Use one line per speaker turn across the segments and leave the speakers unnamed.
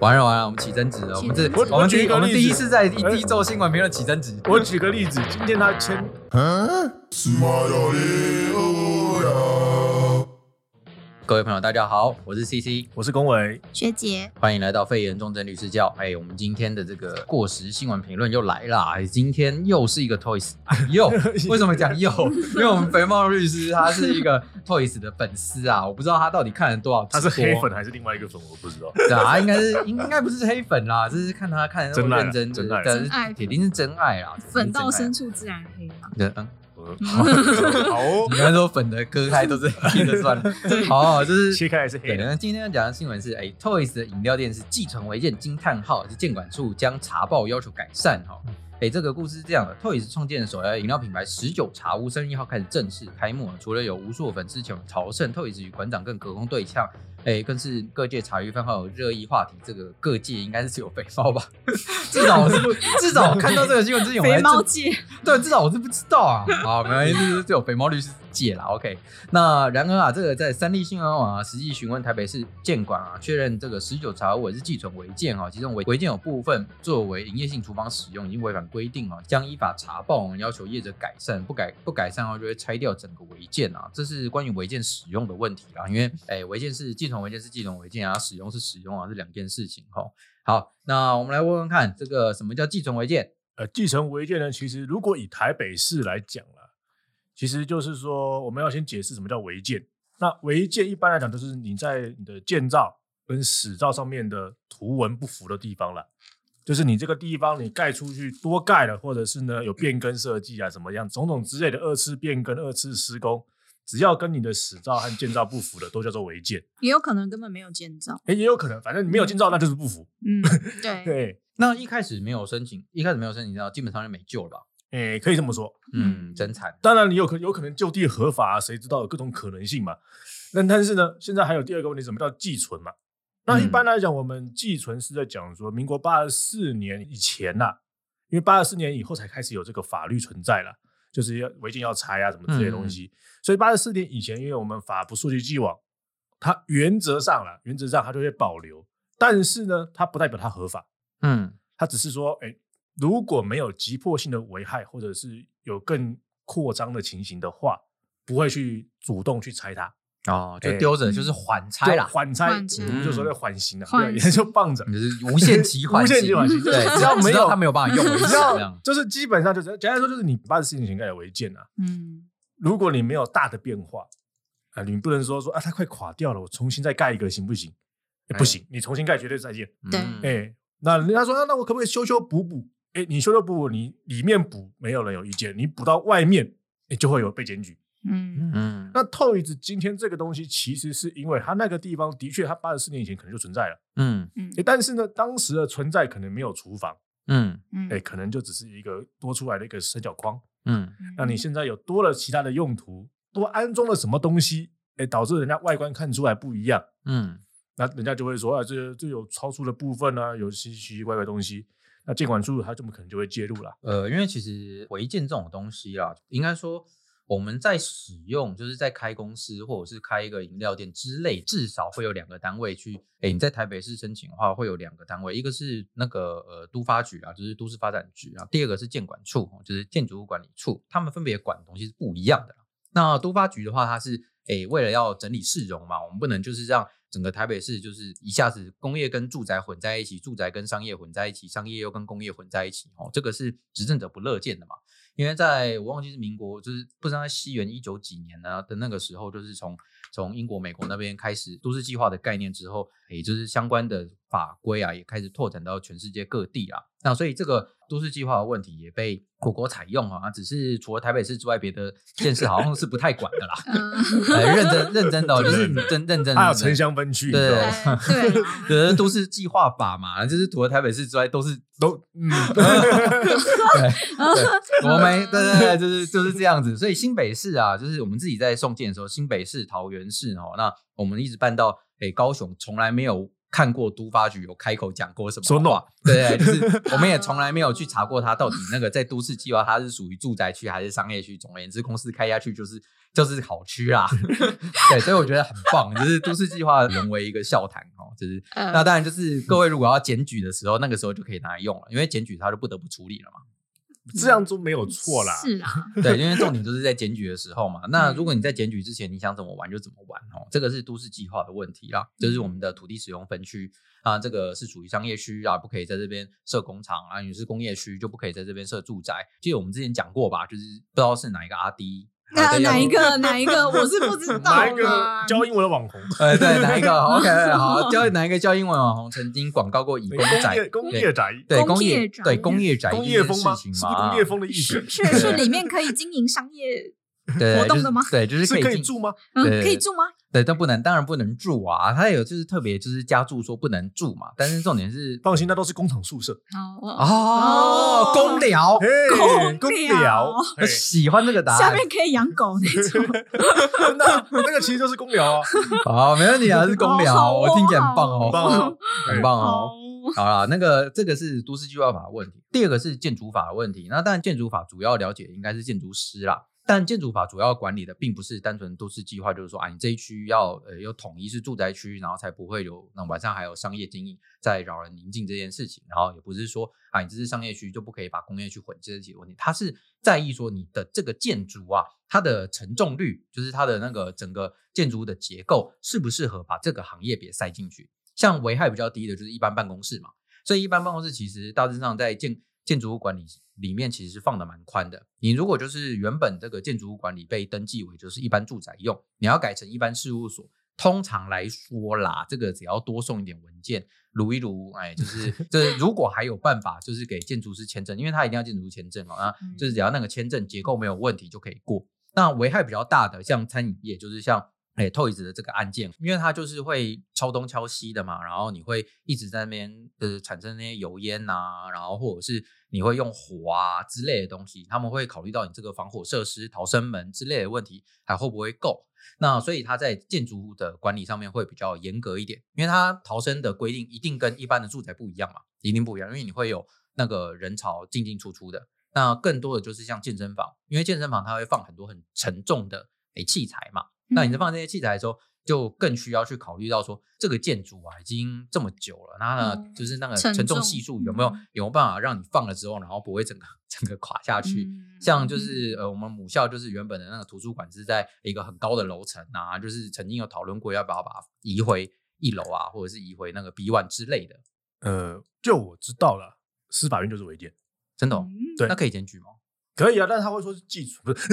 完了完了，我们起争执了。我们这
起争执
我们第
我举一
一
个
我们第一
例子
次在
哎
第一周新闻评论起争执。
我举个例子，今天他签
各位朋友，大家好，我是 CC，
我是龚维，
学姐，
欢迎来到肺炎重症律师教。哎，我们今天的这个过时新闻评论又来啦！哎今天又是一个 Toys，哎又为什么讲又？因为我们肥猫律师他是一个 Toys 的粉丝啊，我不知道他到底看了多少直播。
他是黑粉还是另外一个粉，我不知道。
对啊，应该是应该不是黑粉啦，就是看他看的那么认真，
真爱啊
就是
真爱
铁定是真爱啦，
粉到
真
深处自然黑嘛。
爱。嗯，
呃
嗯
好哦
你，刚才说粉的割开都 是 黑的算了，哦，就是
切开来是黑
对，
的。
那今天要讲的新闻是，哎、t o y s 的饮料店是寄存违建惊叹号，是监管处将查报要求改善哈。哎、这个故事是这样的，Toys 创建的首要饮料品牌十九茶屋生日一号开始正式开幕了。除了有无数粉丝前往朝圣，Toys 与馆长更隔空对呛，哎、更是各界茶余饭后有热议话题。这个各界应该是只有肥猫吧？ 至少我是不，至少我看到这个新闻之前，我还
肥猫
真
界，
对，至少我是不知道啊。好，没关系，就是只有肥猫律师解了。OK，那然而啊，这个在三立新闻网啊，实际询问台北市建管啊，确认这个十九茶我是寄存违建啊，其中违违建有部分作为营业性厨房使用，已经违反规定啊，将依法查报，要求业者改善，不改不改善的话就会拆掉整个违建啊。这是关于违建使用的问题啦，因为哎，违建是寄存违建是寄存违建啊，使用是使用啊，是两件事情哈。好，那我们来问问看，这个什么叫寄存违建？
呃，继承违建呢，其实如果以台北市来讲啦，其实就是说我们要先解释什么叫违建。那违建一般来讲就是你在你的建造跟史造上面的图文不符的地方了，就是你这个地方你盖出去多盖了，或者是呢有变更设计啊，什么样种种之类的二次变更、二次施工，只要跟你的史造和建造不符的，都叫做违建。
也有可能根本没有 建造。
哎，也有可能，反正你没有建造，那就是不符。
嗯，对，
对，
那一开始没有申请，一开始没有申请到，基本上就没救了吧？
哎，可以这么说。
嗯，真惨。
当然，你有可有可能就地合法、啊，谁知道有各种可能性嘛？那但是呢，现在还有第二个问题，什么叫寄存嘛？那一般来讲，我们寄存是在讲说民国八十四年以前呐、因为八十四年以后才开始有这个法律存在了，就是要违建要拆啊什么之类的东西。所以八十四年以前，因为我们法不溯及既往，它原则上了，原则上它就会保留，但是呢，它不代表它合法。
嗯
他只是说，哎，如果没有急迫性的危害，或者是有更扩张的情形的话，不会去主动去拆它，
哦，就
哎
丢着，就是缓拆
就
啦，
缓拆，
缓拆
我们就说的缓刑了，啊
缓
对，
刑
就放着，
就是无限期缓
无限期缓刑就是
对，
只要没有
他没有办法用 为止，
只
这
要
样。
就是基本上就是，简单来说就是你八十四年前盖的违建啊，
嗯，
如果你没有大的变化啊，你不能说说啊，它快垮掉了，我重新再盖一个行不行？哎
哎
不行，你重新盖绝对再见。
对
嗯
哎、那人家说、啊那我可不可以修修补补？哎、你修修补补，你里面补没有人有意见，你补到外面，哎、就会有被检举。
嗯，
嗯
那透椅子今天这个东西，其实是因为它那个地方的确，它八十四年以前可能就存在了，
嗯
嗯
哎、，但是呢，当时的存在可能没有厨房，
嗯
嗯
哎、可能就只是一个多出来的一个三角框。
嗯
嗯
那你现在有多了其他的用途，多安装了什么东西，哎、导致人家外观看出来不一样。
嗯
那人家就会说啊，这这有超出的部分啊，有些奇奇怪怪的东西。那监管处他就可能就会介入了。
呃，因为其实违建这种东西啊，应该说我们在使用，就是在开公司或者是开一个饮料店之类，至少会有两个单位去。哎，你在台北市申请的话，会有两个单位，一个是那个呃都发局啊，就是都市发展局啊，第二个是建管处，就是建筑物管理处，他们分别管的东西是不一样的啦。那都发局的话，它是诶、为了要整理市容嘛，我们不能就是让整个台北市就是一下子工业跟住宅混在一起，住宅跟商业混在一起，商业又跟工业混在一起哦，这个是执政者不乐见的嘛。因为在我忘记是民国，就是不知道在西元一九几年啊呢的那个时候，就是从从英国、美国那边开始都市计划的概念之后，也就是相关的法规啊，也开始拓展到全世界各地啊。那所以这个都市计划的问题也被我国采用啊，只是除了台北市之外，别的县市好像是不太管的啦。
嗯
哎，认真认真的哦、就是你真认真，
他有
认真
城乡分区，你
对
知道吗
哎对啦，
可是都市计划法嘛，就是除了台北市之外，都是
都嗯，
对，我们对对对，就是就是这样子。所以新北市啊，就是我们自哎己在送件的时候，新北市、桃园市哦，那我们一直办到诶、高雄，从来没有看过都发局有开口讲过什么
说 no
话，对，就是 我们也从来没有去查过它到底那个在都市计划它是属于住宅区还是商业区。总而言之，公司开下去就是就是好区 啦。对，所以我觉得很棒，就是都市计划沦为一个笑谈哦，就是
嗯
那当然就是各位如果要检举的时候，那个时候就可以拿来用了，因为检举它就不得不处理了嘛。
这样都没有错啦。
是啊，
对，因为重点就是在检举的时候嘛。那如果
嗯
你在检举之前，你想怎么玩就怎么玩哦，这个是都市计划的问题啦。
嗯
就是我们的土地使用分区啊，这个是属于商业区啊，不可以在这边设工厂啊；你是工业区就不可以在这边设住宅。记得我们之前讲过吧，就是不知道是哪一个阿 D，还
那
有在
啊哪一
亚洲？
个哪一个，我是不知道
哪一
啦
个教英文的网红？
呃，对，哪一 个？OK，好，教哪一个教英文网红曾经广告过以工
工
宅
业工业宅，
对
工
工
业
业
宅
对工业宅
工
这
业
件
风
事
吗？是
情
不是
嘛
工业风的一种
是？是是，里面可以经营商业，
对
活
就
动
是
的吗
对，就是
是可以
进
住吗？
嗯，
对
可以住吗？
对，但不能，当然不能住啊。他有就是特别就是加注说不能住嘛，但是重点是
放心，那都是工厂宿舍。
哦，
哦，公聊，
嘿
公
公
寮
寮，嘿
喜欢这个答
下
案，
面可以养狗那种，
那那个其实就是公聊啊，
好，没问题啊，是 公
哦
聊，
好哦
我听起来很棒
很
哦，
棒哦，
很棒哦。
哦，
好啦，那个这个是都市计划法的问题，第二个是建筑法的问题。那当然，建筑法主要了解应该是建筑师啦，但建筑法主要管理的并不是单纯都市计划，就是说啊，你这一区要呃有统一是住宅区，然后才不会有那晚上还有商业经营在扰人宁静这件事情。然后也不是说啊，你这是商业区就不可以把工业区混这些问题，它是在意说你的这个建筑啊，它的承重率，就是它的那个整个建筑物的结构适不适合把这个行业别塞进去。像危害比较低的就是一般办公室嘛。所以一般办公室其实大致上在建建筑物管理里面其实是放的蛮宽的。你如果就是原本这个建筑物管理被登记为就是一般住宅用，你要改成一般事务所，通常来说啦，这个只要多送一点文件，撸一撸，哎，就是就是如果还有办法，就是给建筑师签证，因为他一定要建筑师签证哦，啊
嗯，
就是只要那个签证结构没有问题就可以过。那危害比较大的，像餐饮业，就是像哎 Toys 的这个案件，因为它就是会敲东敲西的嘛，然后你会一直在那边就是产生那些油烟呐、然后或者是你会用火啊之类的东西，他们会考虑到你这个防火设施、逃生门之类的问题还会不会够。那所以它在建筑物的管理上面会比较严格一点，因为它逃生的规定一定跟一般的住宅不一样嘛，一定不一样，因为你会有那个人潮进进出出的。那更多的就是像健身房，因为健身房它会放很多很沉重的诶器材嘛，那
嗯
你在放这些器材的时候，就更需要去考虑到说，这个建筑啊已经这么久了，那呢、
哦
就是那个
沉
承重
重
系数有没有、
嗯
有没有办法让你放了之后，然后不会整个 整个垮下去？
嗯
像就是呃，我们母校就是原本的那个图书馆是在一个很高的楼层啊，就是曾经有讨论过要不要把它移回一楼啊，或者是移回那个 B one 之类的，
呃，就我知道了，司法院就是违建，
真的、哦？
嗯
对
那可以检举吗？
可以啊，但是他会说是寄存，不是？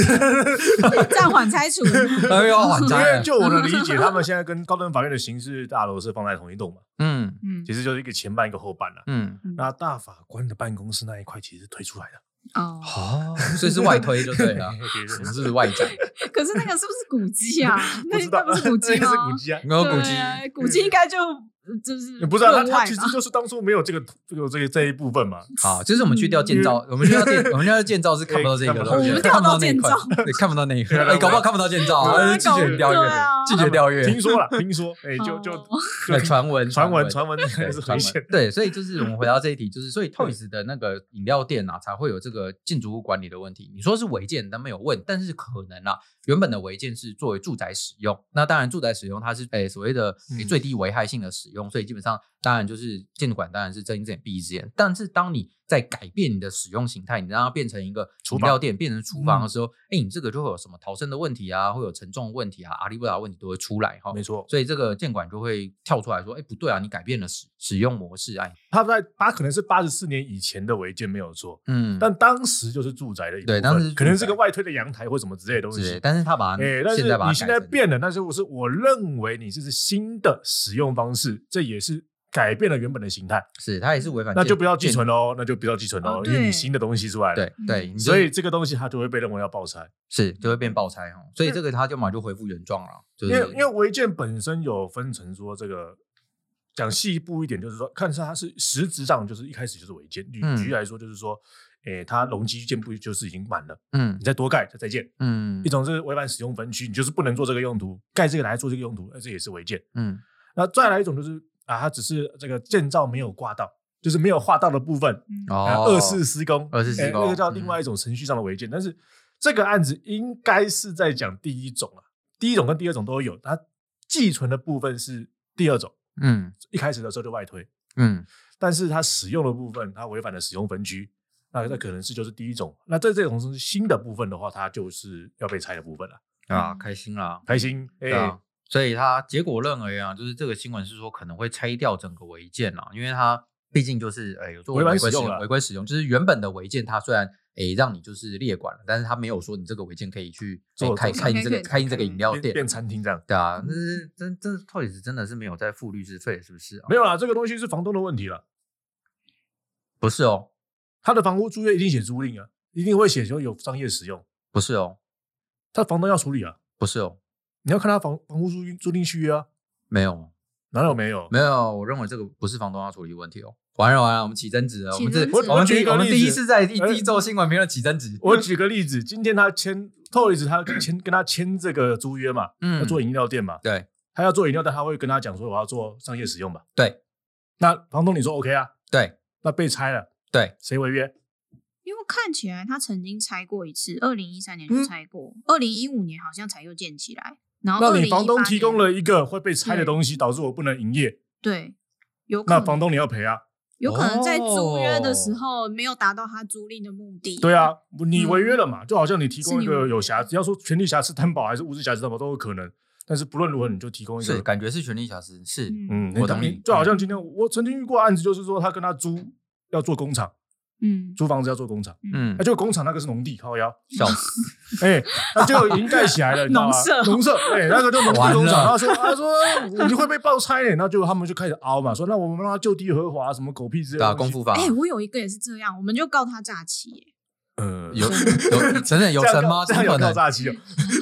暂缓拆 除，
哎呦，还
因
债
为
了
就我的理解，他们现在跟高等法院的刑事大楼是放在同一栋嘛，
嗯
嗯
其实就是一个前半一个后半啦、
嗯，
那大法官的办公室那一块其实是推出来的，，
哦，
哦，所以是外推就对 啊了
可以
是不是外展？
可是那个是不是古迹 啊？
不
那
知道
那不是古迹
那个是
吗
古？迹啊，嗯
没有古迹
对啊，古迹应该就呃就是
不是啊，他
论
他
外
其实
吧
就是当初没有这个这个这个这一部分嘛，
好，就是我们去掉建造，我们去掉 建，我们去掉建造是嗯看不到这个的，
我们
跳
看不
到
那一
建
块
造，
对，看不到那一块，
对啊
哎，搞不好看不到建造，
对啊
哎拒绝调
搞
阅
对啊，
拒绝调阅
听，说了，听说，哎，就就
哦
对
就
传闻，
传闻
闻，
传闻还
对
是嗯
传
危
闻
险。
对，所以就是我们回到这一题，就是所以 Toys 的那个饮料店啊，才会有这个建筑物管理的问题。你说是违建，但没有问，但是可能啊，原本的违建是作为住宅使用，那当然住宅使用它是诶、所谓的、诶
嗯
最低危害性的使用，所以基本上当然就是建筑馆当然是睁一只眼闭一只眼，但是当你在改变你的使用形态，你让它变成一个
厨
饮
房嗯
料店，变成厨房的时候，诶、你这个就会有什么逃生的问题啊，会有沉重的问题啊，阿里不达的问题都会出来哈。
没错，
所以这个监管就会跳出来说：“哎，不对啊，你改变了使使用模式啊。
他在八可能是八十四年以前的违建没有错，”
嗯，
但当时就是住宅的一部分
对当时是住宅
可能是个外推的阳台或什么之类的东
是，
西。
但是他把它
哎，但是
现在把它
你现
改
在
成
变了，但是我是我认为你这是新的使用方式，这也是改变了原本的形态，
是，他也是违反
那
建
就不要寄
建
存喽，那就不要寄存喽
哦，
因为
对
你新的东西出来了。
对对，你就
所以这个东西它就会被认为要爆拆，
是就会变爆拆哦。所以这个他就马上就恢复原状了，就
因
是
为因为违建本身有分成说这个。讲细一步一点，就是说，看是它是实质上就是一开始就是违建。举
嗯
举例来说，就是说，诶、它容积建不就是已经满了，
嗯
你再多盖，再再建。
嗯
一种是违反使哎用分区，你就是不能做这个用途，盖这个来做这个用途，那这也是违建。
嗯
那再来一种就是啊，它只是这个建造没有挂到，就是没有画到的部分，
嗯
哦
啊，二次施工，
二次施
哎
工嗯
那个叫另外一种程序上的违建。但是这个案子应该是在讲第一种啊，第一种跟第二种都有，它寄存的部分是第二种，
嗯
一开始的时候就外推，
嗯
但是它使用的部分，它违反了使用分区，那那可能是就是第一种。那在这种是新的部分的话，它就是要被拆的部分了。
啊，
嗯
开心啦，
开心，哎、
对啊，所以他结果论而言啊，就是这个新闻是说可能会拆掉整个违建啊啦，因为它毕竟就是哎有做
违反
违规
使
使
用
用，
了
违规使用就是原本的违建，它虽然哎让你就是列管了，但是它没有说你这个违建可以去哎
做
开
做
开你这个
开
开你这个饮料
变变
店。
餐厅这嗯样。
对啊，那是真真 Toys 真的是没有在付律师费，是不是啊？
没有啦，这个东西是房东的问题了。
不是哦，
他的房屋租约一定写租赁啊，一定会写说有商业使用，
不是哦，
他房东要处理啊。
不是哦，
你要看他房房屋租租赁续约啊，
没有
哪有没有？
没有，我认为这个不是房东要处理的问题哦。完了完了，我们起争执了，我们
起
这
争执
我们第
我举一
一
个
我们
例子
第一次在第
哎
第一周新闻评论起争执。
我举个例子，今天他签 Toys，他签跟他签这个租约嘛，
嗯
要做饮料店嘛，
对
他要做饮料店，他会跟他讲说我要做商业使用嘛。
对
那房东你说 OK 啊？
对
那被拆了，
对，
谁违约？
因为看起来他曾经拆过一次，二零一三年就
嗯
拆过，二零一五年好像才又建起来。然后
那你
2018
房东提供
年
了一个会被拆的东西，导致我不能营业，
对，有可
那
能
房东你要赔啊？
有可能在租约的时候没有达到他租赁的目的。
对，啊，
嗯
你违约了嘛？就好像你提
是
供
你
一
违
个
约
有瑕，只要说权利瑕疵担保还是物质瑕疵担保都有可能，但是不论如何你就提供一
是
个
感觉是权力瑕疵，是
嗯
嗯，
我懂你
就好像今天我曾经遇过案子，就是说他跟他租要做工厂，
嗯
租房子要做工厂，
嗯
那结果工厂那个是农地靠腰，
笑死，
哎，那就已经盖起来了，你知道吗
农舍
农舍，哎，那个就农地
完了
工厂。他说他说你会被爆拆的，那就他们就开始凹嘛，说那我们让他就地合法，什么狗屁之类
打
的
啊功
东
夫
西。
法
哎、我有一个也是这样，我们就告他诈欺耶、
呃，
有有真的有
这样
神
告
吗？
这
怎么
样
可
有
能
告？诈欺哦。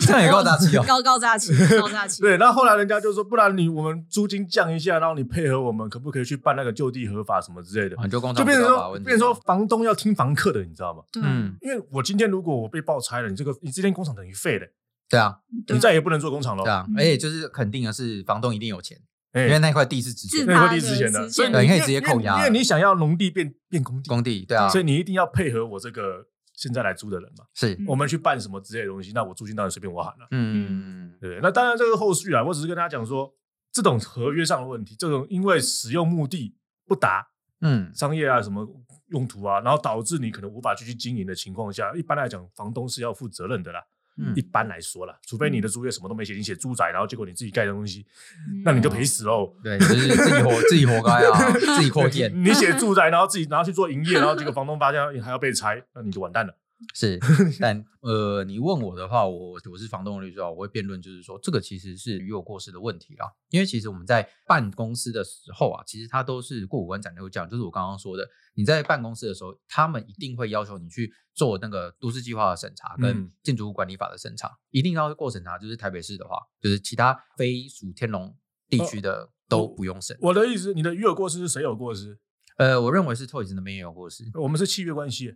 这样也告诈欺哦？
告告诈欺，告诈欺。
对，那后来人家就说，不然你我们租金降一下，然后你配合我们，可不可以去办那个就地合法什么之类的？
很多工厂
就变成
哦不知道把
说，
问题哦
变成说，房东要听房客的，你知道吗？
对啊
嗯，
因为我今天如果我被爆拆了，你这个你这间工厂等于废了，
对啊
对
你再也不能做工厂了
对。啊
嗯，
而且就是肯定的是房东一定有钱，因为
哎，
那块地是值钱
是
的
那
他
会地之前
的
的，
之
所以
前的
对可以
因为
直接扣押
因为因为你想要农地变变工地，
工地，对啊，
所以你一定要配合我这个现在来租的人嘛。
是
嗯
我们去办什么之类的东西，那我租金当然随便我喊了。
嗯
对，那当然这个后续啊，我只是跟大家讲说，这种合约上的问题，这种因为使用目的不达，
嗯
商业啊什么用途啊，然后导致你可能无法继续经营的情况下，一般来讲，房东是要负责任的啦。
嗯
一般来说啦，除非你的租约什么都没写，你写住宅，然后结果你自己盖的东西，
嗯
那你就赔死喽。
对，就是自己活自己活该 啊，自己扩建
你写住宅，然后自己拿去做营业，然后结果房东发现哎还要被拆，那你就完蛋了。
是。但呃，你问我的话，我我是房东的律师啊，我会辩论，就是说这个其实是与有过失的问题啦。因为其实我们在办公司的时候啊，其实它都是过五关斩六将，就是我刚刚说的，你在办公室的时候，他们一定会要求你去做那个都市计划的审查跟
嗯
建筑物管理法的审查，一定要过审查。就是台北市的话，就是其他非属天龙地区的都不用审。
我的意思，你的约有过失是谁有过失？
呃，我认为是 Toys 那边也有过失。
我们是契约关系，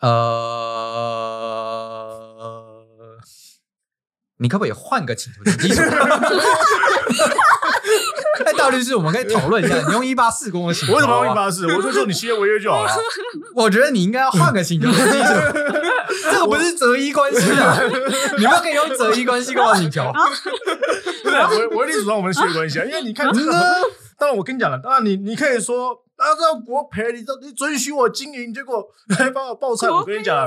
呃，你可不可以换个请求的 基础？哎，大律师，我们可以讨论一下，你用一八四跟我请求。
我为什么要用一？八四？我就说你契约违约就好了。
我觉得你应该要换个请求 的基础，这个不是择一关系啊！ 你们可以用择一关系跟我请求。
对啊，我我一定主张我们的契约关系啊，因为你看这个， 当然我跟你讲了，当然你你可以说啊，这样国赔，你都你准许我经营，结果 还把我爆菜，我跟你讲啊，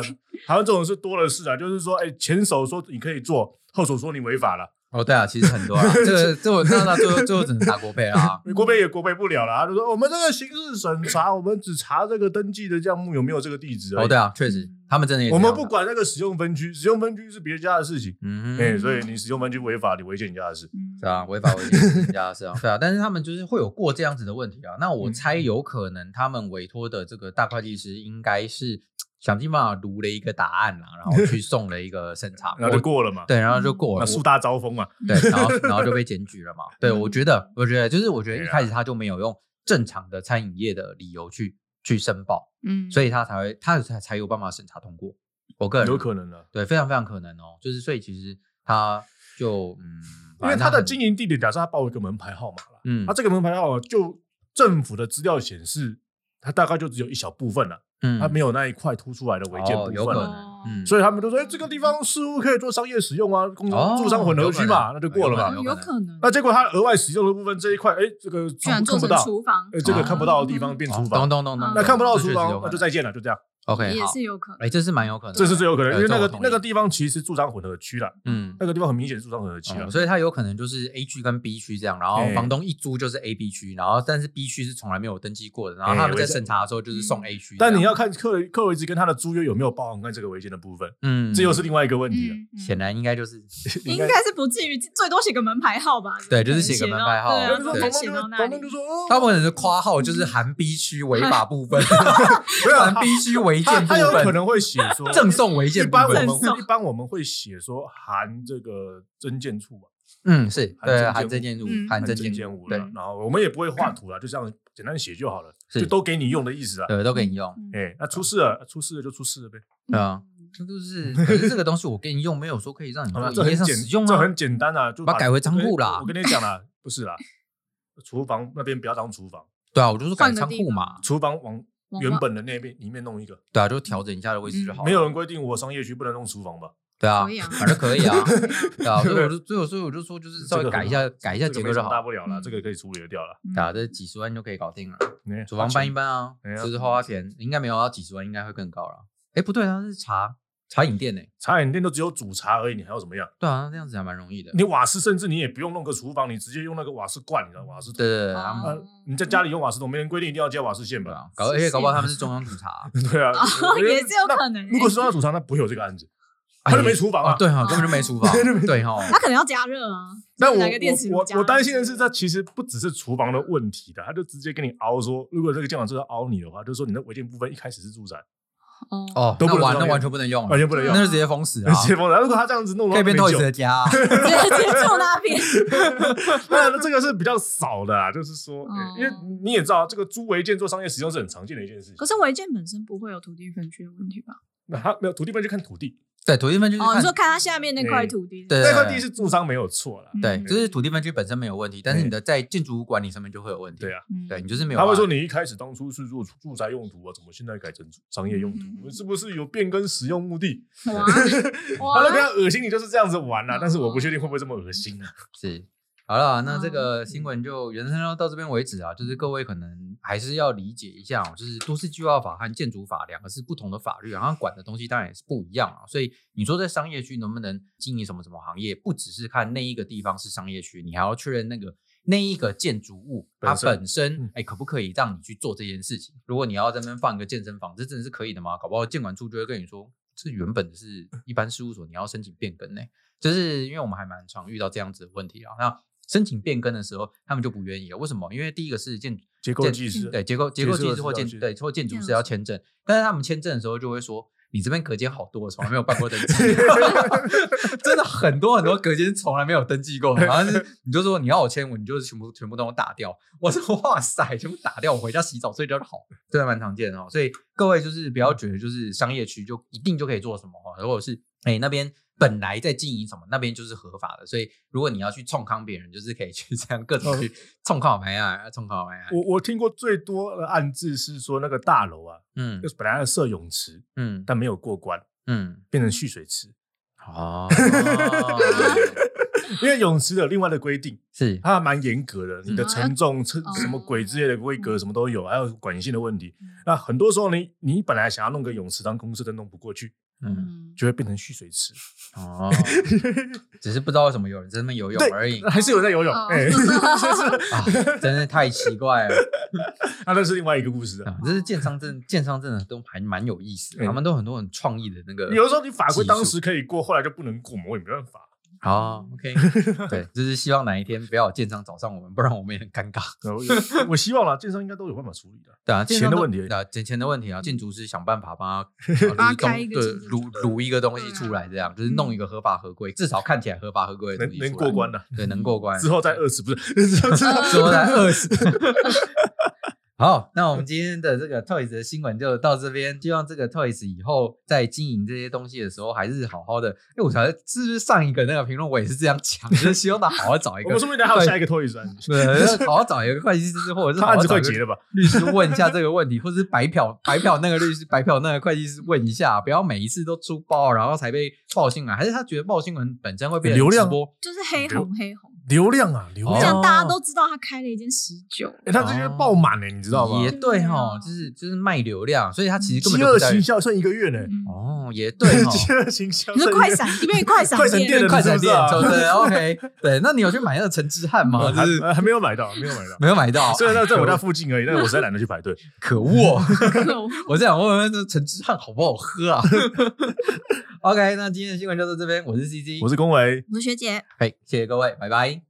好像这种事多的是啊，就是说，哎，前手说你可以做，后手说你违法了，
哦，对啊，其实很多啊，这个这我那那最后最后只能打国啊赔 啦。
国赔也国赔不了啦，就说我们这个刑事审查，我们只查这个登记的项目有没有这个地址而
哦，
已
对，啊，确实，他们真的也
我
这
们
样
不
啊，
管那个使用分区，使用分区是别家的事情，
嗯哼
哎，所以你使用分区违法，你违建人家的事，，
嗯
是啊，违法违纪人家是啊，对啊，但是他们就是会有过这样子的问题啊。那我猜有可能他们委托的这个大会计师应该是想尽办法撸了一个答案啦、然后去送了一个审查
然后就过了嘛
我，对，然后就过
那
了。
树
我
大招风嘛，
对，然后然后就 被检举了嘛。对，我觉得，我觉得就是，我觉得一
嗯对啊
开始他就没有用正常的餐饮业的理由去去申报，
嗯，
所
以
以他才会他才才有办法审查通过。我个人
有可能了。
对，非常非常可能哦。就是所以其实他就嗯，
因为它的经营地点，假设它报一个门牌号码了，
嗯
它这个门牌号码就政府的资料显示，它大概就只有一小部分了，
嗯
它没有那一块凸出来的违建部
哦，有
分
可
了。
能，嗯，
所以他们都说，哎、这个地方似乎可以做商业使用啊，工
哦
商住商混合区嘛，那就过了
有可
嘛
能。
哦有可能，
那结果它额外使用的部分这一块，哎、这个
居然
看
做
不
成
到，
厨房嗯
哎、，这个看不到的地方变厨
哦懂
房，
懂懂懂，
那看不到
这
厨
确实有
房
可
那
能
就再见了，就这样。
OK
也
好
是，有可能。
哎，这是蛮有可能的，
这是最有可能，
呃
因为那
这我
个
同意
那个地方其实住商混合区了，
嗯。
那个地方很明显是住商混合区了
哦。所以它有可能就是 A 区跟 B 区这样，然后
哎
房东一租就是 A、B 区，然后但是 B 区是从来没有登记过的，然后
哎
他们在
我也是
审查的时候就是送
嗯
A 区这样。
但你要看克克维兹跟他的租约有没有包含看这个违建的部分，
嗯，
这又是另外一个问题了。
嗯，嗯哦
显然应该就是
应该是不至于，最多写个门牌号吧？
对就是
可能
写个门
到
牌号
对啊
有人说
对
房
能
东
写
就
到
房
那
东
里
就。说，哦
他们可能是夸号，
嗯
就是含 B 区违法部 分，不
有
含 B 区违
啊他
建部
他有可
分，
能会写说
赠送违
一
建部
般我
分。
们
赠送
会一般我们会写说含这个增建处嘛，
嗯，是
含证
对
件
含
物
证件物
嗯，
含
含
证
增
件
建
物
物，
对
了，然后我们也不会画图了，就这样简单写就好了，
是
就都给你用的意思啊。
对，都给你用。
嗯
哎，那出事了，出事了就出事了呗。
对啊，这就是，可是这个东西我给你用，没有说可以让你
好
做
了，哦这
营业
很
上
简
使用，
这
啊
很。简单啊，就
把它改回仓库啦
我跟你讲啦，不是啦，厨房那边不要当厨房，
对啊，我就是改
换个
仓
地
库
方
嘛，
厨房往
往
原本的那边里面弄一个。
对啊，就调整一下的位置就好了。
没有
哦
人规定我商业区不能弄厨房吧？
对啊
可以啊，
反正可 以啊，
对啊
对啊，所以我就，所以我所以我就说，就是稍
这
微
个
改一下，改一下
这个
结
没
构
什
就好。
么大不了了，
嗯
这个可以处理得掉了。
对啊，这几十万就可以搞定了。
嗯
厨房搬一，搬啊
哎，呀
就是花花钱，应该没有要几十万，应该会更高了。哎，不对啊，那是茶茶饮店呢。
茶饮店都只有煮茶而已，你还要怎么样？
对啊，那这样子还蛮容易的。
你瓦斯甚至你也不用弄个厨房，你直接用那个瓦斯罐，你知道瓦斯桶。
对对对，他
哦
们
呃，你在家里用瓦斯桶，没人规定一定要接瓦斯线
对
吧？
啊，搞而且搞不好他们是中央煮茶，
对啊，我
哦
觉得
也是有可能
那如果是中央煮茶，那不会有这个 案子，
哎
他就没厨房
哦
啊。，
对哈，根本就没 厨房，对哈，
他可能要加热啊。
但我
哪个电磁炉
我
加
我我担心的是，它其实不只是厨房的问题的，他就直接跟你凹说，如果这个建管真的凹你的话，就说你的违建部分一开始是住宅，
哦，
哦，
都不
那
能
完
用
那完全不能用，
完全不能用
那就直接封死啊，
解封了。如果他这样子 弄的
可
话，
以变
没
托
救
一的家啊。
直接 住那边。
那这个是比较少的啊，就是说，
哦
因为你也知道，这个租违建做商业使用是很常见的一件事情。
可是违建本身不会有土地分区的问题吧？
那他没有土地分去看土地，
对，土地分区是
哦，你
看
说看它下面那块土地，
对
那块地是住商没有错啦。
嗯
对，就是土地分区本身没有问题，但是你的在建筑物管理上面就会有问题。
对啊，
嗯
对你就是没有
他
办法。
会说你一开始当初是做住宅用途啊，怎么现在改成商业用途？
嗯
是不是有变更使用目的？
哇
他那
哇哦
比，较恶心，你就是这样子玩啦、但是我不确定会不会这么恶心啊。
是。好了，那这
好
个新闻就原声到这边为止啊，就是各位可能还是要理解一下、哦，就是都市计划法和建筑法两个是不同的法律，然后管的东西当然也是不一样啊。所以你说在商业区能不能经营什么什么行业，不只是看那一个地方是商业区，你还要确认那个那一个建筑物它
本身
本身
嗯
哎、可不可以让你去做这件事情。如果你要在那边放一个健身房，这真的是可以的吗？搞不好建管处就会跟你说，这原本是
嗯
一般事务所，你要申请变更呢、就是因为我们还蛮常遇到这样子的问题啊。那申请变更的时候，他们就不愿意了。为什么？因为第一个是建
结构
建
技师
嗯对结构结构
结构
技师
师
或
要
建
去
对或建筑
建
师
筑
要
师
签证，但是他们签证的时候就会说。你这边隔间好多，从来没有办过 登记，真的很多很多隔间从来没有登记过。然后 是你就说你要我签，我你就是全部全部都打掉。我说哇塞，全部打掉，我回家洗澡睡觉就好了。真的蛮常见的哦。所以各位就是不要觉得就是商业区就一定就可以做什么哦，或者是哎、那边本来在经营什么，那边就是合法的。所以如果你要去冲康别人，就是可以去这样各种去冲康买啊，冲康买啊。
哦我我听过最多的案子是说，那个大楼啊，
嗯
就是本来要设泳池，
嗯
但没有过关，
嗯，
变成蓄水池，
哦，
因为泳池有另外的规定，
是
它还蛮严格的，你的承重、称
哦
什么鬼之类的规格什么都有，还有管线的问题
嗯。
那很多时候你你本来想要弄个泳池当公厕，但弄不过去，
嗯
嗯
就会变成蓄水池。
哦，只是不知道为什么有人在那边游泳
对
而已
还是有在游泳，
哦
哎，就是
啊，真的太奇怪 了。
那那是另外一个故事了。
啊这是建商证，建商证的都还蛮有意思的，
嗯
他们都很多很创意的那个。
有的时候你法规
技术
当时可以过，后来就不能过嘛，我也没办法。
好，OK，对， 就是希望哪一天不要有建商找上我们，不然我们也很尴尬。
然后我我希望啦，建商应该都有办法处理的。
对啊，建商
钱的
都
问题
对啊，钱钱的问题啊，建筑师想办法帮他
帮 他
啊
开
撸
一
一
个
东对
建筑
撸撸一个东西
对啊
出来，这样就是弄一个合法合规，至少看起来合法合规的
能
东西
嗯能
出来
过，关的，
对，能过关
之后再二次不是之后之后
之后再二十。 好，那我们今天的这个 Toys 的新闻就到这边。希望这个 Toys 以后在经营这些东西的时候，还是好好的。因为我想是不是上一个那个评论我也是这样讲，就是希望他好好找一 个
我们，说不定还有下一个托一转，
对， 好好找一个会计师，或者是
他
好
案
好
子
找
快
一个
结了吧？
律师问一下这个问题，或者 是白嫖白嫖那个律师、白嫖那个会计师问一下，不要每一次都出包，然后才被报新闻，还是他觉得报新闻本身会变成
流量
直播
就是黑红黑红，
流量啊，流
哦
这
量，
样大家都知道他开了一间十九。
哎，他直接爆满了，你知道吗？
也对
对
哈
啊，
就是就是卖流量，所以他其实根本
饥
就不
饿
在
行销剩一个月呢，
嗯
哦，也 对哈。
饥饿行销
你说
剩一个
快
月
闪，因为快闪
快闪店的
快闪店，
是
对
不是
对，OK，对。那你有去买那个陈之汉吗？就
呃还
哦是
还还没有买到，没有买 到。
没有买到，
虽然在在我家附近而已，但是我实在懒得 去排队。
可恶。哦
可恶
我在想问问这陈之汉好不好喝啊 ？OK，那今天的新闻就到这边，我是 CC，
我是龚维，
我是学姐，
嘿，谢谢各位，拜拜。